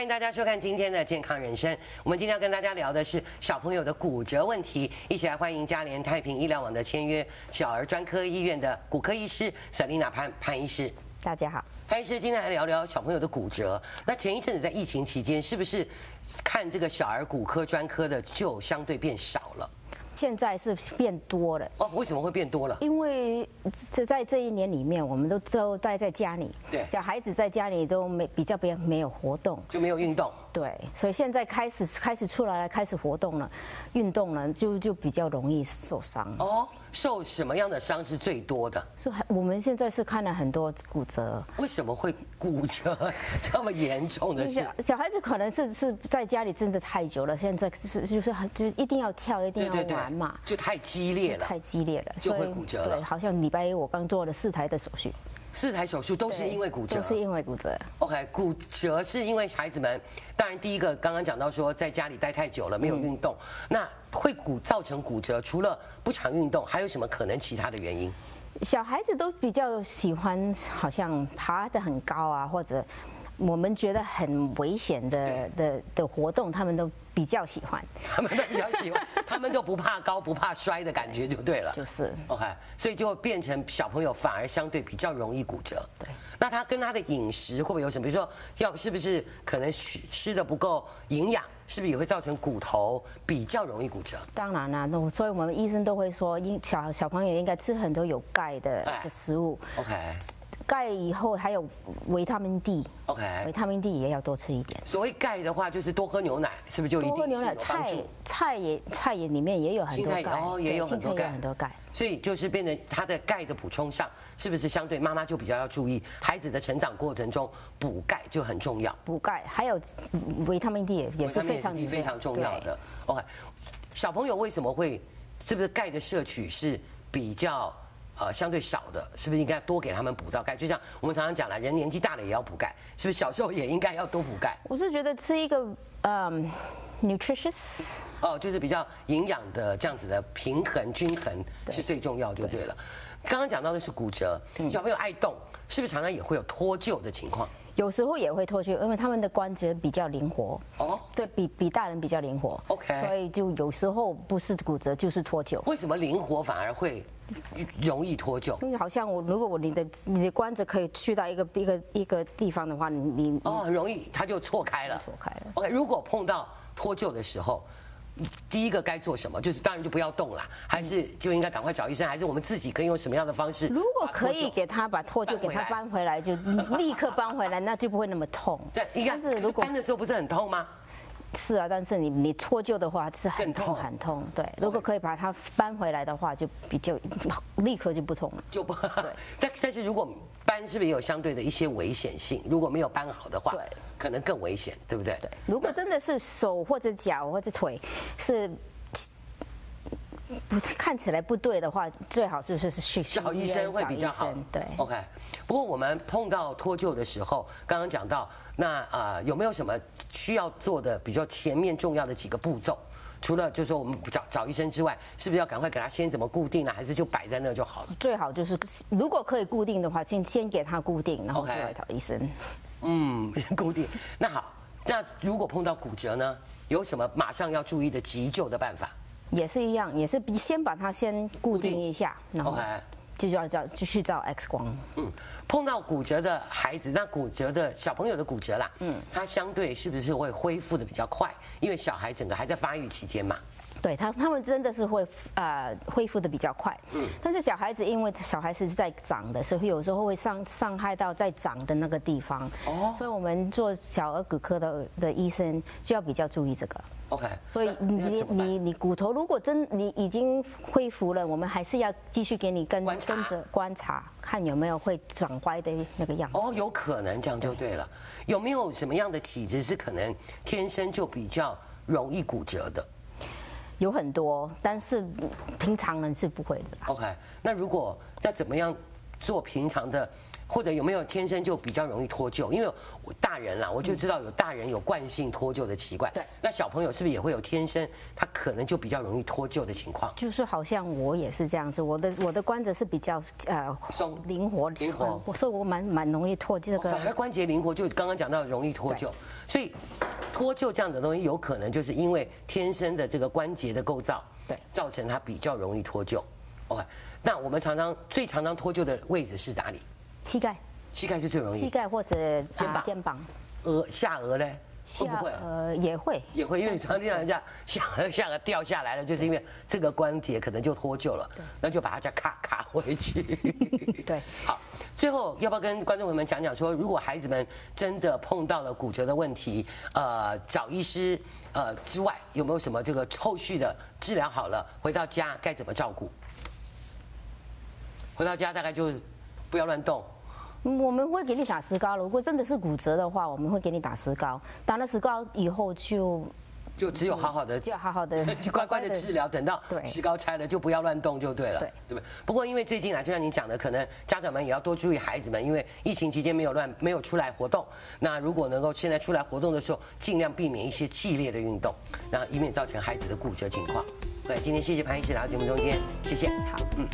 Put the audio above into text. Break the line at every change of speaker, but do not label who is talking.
迎大家收看今天的健康人生。我们今天要跟大家聊的是小朋友的骨折问题，一起来欢迎嘉联太平医疗网的签约小儿专科医院的骨科医师 Selina 潘潘医师。
大家好，
潘医师，今天来聊聊小朋友的骨折。那前一阵子在疫情期间，是不是看这个小儿骨科专科的就相对变少了？
现在是变多了。
哦，为什么会变多了？
因为这在这一年里面，我们都都待在家里，
对
小孩子在家里都没比较没没有活动，
就没有运动？
对，所以现在开始开始出来了，开始活动了，运动了，就就比较容易受伤。
哦，受什么样的伤是最多的？
所以还我们现在是看了很多骨折，
为什么会骨折 这么严重的事
小？小孩子可能是是在家里真的太久了，现在是就是很就一定要跳，一定要玩嘛，
就太激烈了。
太激烈了，
就会
所以
骨折了
对，好像礼拜一我刚做了四台的手续，
四台手术都是
对
因为骨折
都。是因为骨折。
OK，骨折是因为孩子们，当然第一个刚刚讲到说在家里待太久了没
嗯
有运动，那会骨造成骨折，除了不常运动，还有什么可能其他的原因？
小孩子都比较喜欢，好像爬得很高啊，或者我们觉得很危险的的的活动，他们都比较喜欢，
他们都比较喜欢，他们都不怕高不怕摔的感觉就对了。
就是。
OK，所以就会变成小朋友反而相对比较容易骨折。
对，
那他跟他的饮食会不会有什么？比如说，要是不是可能吃吃的不够营养，是不是也会造成骨头比较容易骨折？
当然啦、那我所以我们医生都会说，应小小朋友应该吃很多有钙的
哎
的食物，
OK
钙以后还有维他命 D，维
OK，
他命 D 也要多吃一点。
所谓钙的话，就是多喝牛奶，是不是就一
多
定是
喝牛奶，
有帮
菜
助？
菜也菜也里面也有很
青
多
菜
钙，
也哦也
对
有
青
很多
菜也
钙
有很多钙。
所以就是变成他的钙的补充上，是不是相对妈妈就比较要注意孩子的成长过程中补钙就很重要？
补钙，还有维他命 D 也也
维他
是
命
非常
D 非常重要的。OK，小朋友为什么会是不是钙的摄取是比较呃相对少的？是不是应该多给他们补到钙？就像我们常常讲了，人年纪大了也要补钙，是不是小时候也应该要多补钙？
我是觉得吃一个嗯 nutritious
哦，就是比较营养的这样子的平衡均衡是最重要就对了。刚刚讲到的是骨折，
嗯
小朋友爱动，是不是常常也会有脱臼的情况？
有时候也会脱臼，因为他们的关节比较灵活，
哦，
对比比大人比较灵活。
OK
所以就有时候不是骨折就是脱臼。
为什么灵活反而会容易脱臼？
因为好像我，如果我你的你的关节可以去到一个一个一个地方的话，你你
哦，很容易它就错开了。
错开了。
OK，如果碰到脱臼的时候，第一个该做什么？就是当然就不要动啦，还是就应该赶快找医生，还是我们自己可以用什么样的方式？
如果可以，给他把脱臼给他
搬
搬回来，就立刻搬回来，那就不会那么痛。
但应该
但是如果
搬的时候不是很痛吗？
是啊，但是你你脱臼的话是很
更
痛
痛
很痛，对。如果可以把它搬回来的话，就比较立刻就不痛了。
就不， 但但是如果搬是不是也有相对的一些危险性？如果没有搬好的话
对，
可能更危险，对不对？对
如果真的是手或者脚或者腿是不看起来不对的话，最好就是是去去
找医生会比较
找
好
医生。对，
，OK。不过我们碰到脱臼的时候，刚刚讲到，那啊、呃有没有什么需要做的，比较前面重要的几个步骤？除了就是说我们找找医生之外，是不是要赶快给他先怎么固定呢、啊还是就摆在那就好了？
最好就是如果可以固定的话，先先给他固定，然后
OK
再来找医生。
嗯， 固定。那好，那如果碰到骨折呢，有什么马上要注意的急救的办法
也是一样，也是先把它先固定一下，然后
？OK。
就要照就去照 X 光。
嗯，碰到骨折的孩子，那骨折的小朋友的骨折啦，嗯，他相对是不是会恢复的比较快？因为小孩整个还在发育期间嘛。
对他，他们真的是会呃恢复的比较快。
嗯
但是小孩子因为小孩子是在长的，所以有时候会伤伤害到在长的那个地方。
哦
所以我们做小儿骨科的的医生就要比较注意这个。
OK，
所以
那那
你
怎么办
你你骨头如果真你已经恢复了，我们还是要继续给你跟
观察
跟着观察，看有没有会转歪的那个样子。
哦，有可能这样就对了。有没有什么样的体质是可能天生就比较容易骨折的
有很多，但是平常人是不会的啦。
？OK，那如果那怎么样做平常的或者有没有天生就比较容易脱臼？因为我大人啦，我就知道有大人有惯性脱臼的习惯。
嗯对
那小朋友是不是也会有天生他可能就比较容易脱臼的情况？
就是好像我也是这样子，我的我的关节是比较呃
松
灵活
灵活哦
我所以我蛮蛮容易脱臼这
反而
个。
关节灵活，就刚刚讲到容易脱臼
对，
所以脱臼这样的东西，有可能就是因为天生的这个关节的构造，
对
造成它比较容易脱臼。OK，那我们常常最常常脱臼的位置是哪里？
膝盖、
膝盖是最容
膝
易，
盖或者啊
肩膀
肩膀，
额下颚嘞，会不会？啊
呃也会。
也会，因为常听到人 家下颚下颚掉下来了，就是因为这个关节可能就脱臼了，那就把它再卡卡回去。
对，
好，最后要不要跟观众朋友们讲讲说，如果孩子们真的碰到了骨折的问题，呃，找医师呃之外，有没有什么这个后续的治疗好了，回到家该怎么照顾？回到家大概就是不要乱动，
嗯我们会给你打石膏。如果真的是骨折的话，我们会给你打石膏。打了石膏以 后就
就只有好好的
就要好好的
就乖乖的治疗，等到
对
石膏拆了就不要乱动就对了，
对
对不对？不过因为最近啊，就像你讲的，可能家长们也要多注意孩子们，因为疫情期间没有乱没有出来活动，那如果能够现在出来活动的时候，尽量避免一些剧烈的运动，然后以免造成孩子的骨折情况。对，今天谢谢潘医师来到节目中间，谢谢。
好，嗯，